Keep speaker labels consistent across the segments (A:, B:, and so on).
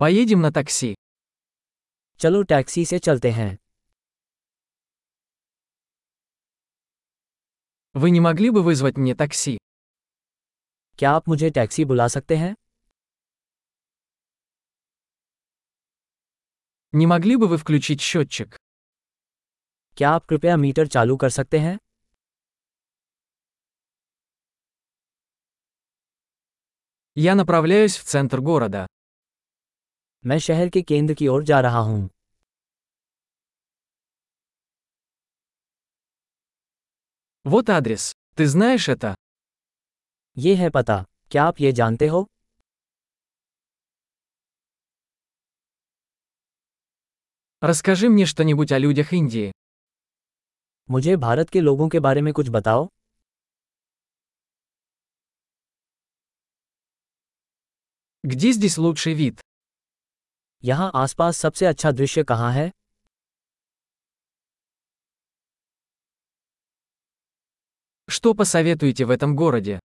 A: Поедем на такси.
B: चलो टैक्सी से चलते हैं
A: Вы не могли бы вызвать мне такси?
B: क्या आप मुझे टैक्सी बुला सकते हैं
A: Не могли бы вы включить счетчик?
B: क्या आप कृपया मीटर चालू कर सकते हैं
A: Я направляюсь в центр города.
B: मैं शहर के केंद्र की ओर जा रहा हूँ
A: Вот адрес. Ты знаешь это?
B: ये है पता क्या आप ये जानते हो
A: Расскажи мне что-нибудь о людях Индии.
B: मुझे भारत के लोगों के बारे में कुछ बताओ
A: Где здесь лучший вид?
B: यहाँ आसपास सबसे अच्छा दृश्य कहाँ है
A: Что посоветуете в этом городе?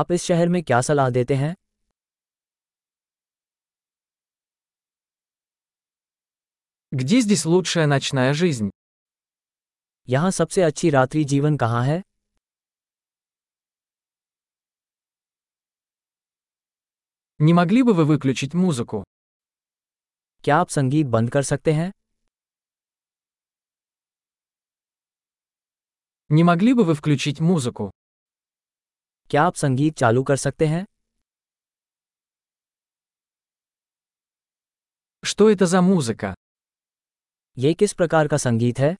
B: आप इस शहर में क्या सलाह देते हैं
A: Где здесь лучшая ночная жизнь?
B: यहाँ सबसे अच्छी रात्रि जीवन कहाँ है
A: Не могли бы вы выключить музыку?
B: क्या आप संगीत बंद कर सकते हैं
A: Не могли бы вы включить музыку?
B: क्या आप संगीत चालू कर सकते हैं
A: Что это за музыка?
B: ये किस प्रकार का संगीत है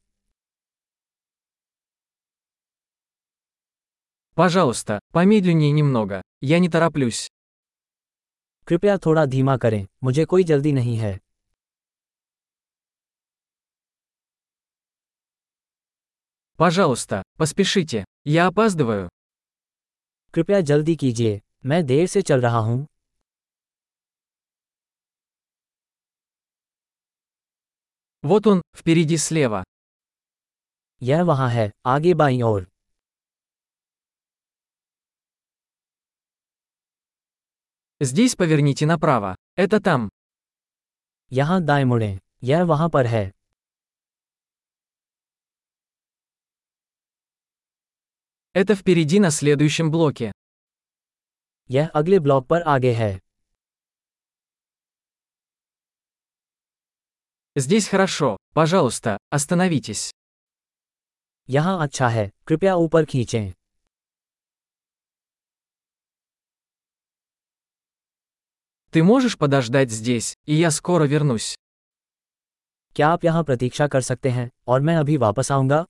A: Пожалуйста, помедленнее немного. Я не тороплюсь.
B: कृपया थोड़ा धीमा करें मुझे कोई जल्दी नहीं है
A: Пожалуйста, поспешите. Я опаздываю.
B: कृपया जल्दी कीजिए मैं देर से चल रहा हूँ
A: Вот он, впереди слева.
B: यह वहाँ है आगे बाईं ओर
A: Здесь поверните направо. Это там.
B: यहाँ दाएं मुड़ें यह वहाँ पर है
A: Это впереди на следующем блоке.
B: यह अगले ब्लॉक पर आगे है
A: Здесь хорошо. Пожалуйста, остановитесь.
B: यहाँ अच्छा है कृपया ऊपर खींचें
A: Ты можешь подождать здесь, и я скоро вернусь.
B: क्या आप यहाँ प्रतीक्षा कर सकते हैं और मैं अभी वापस आऊँगा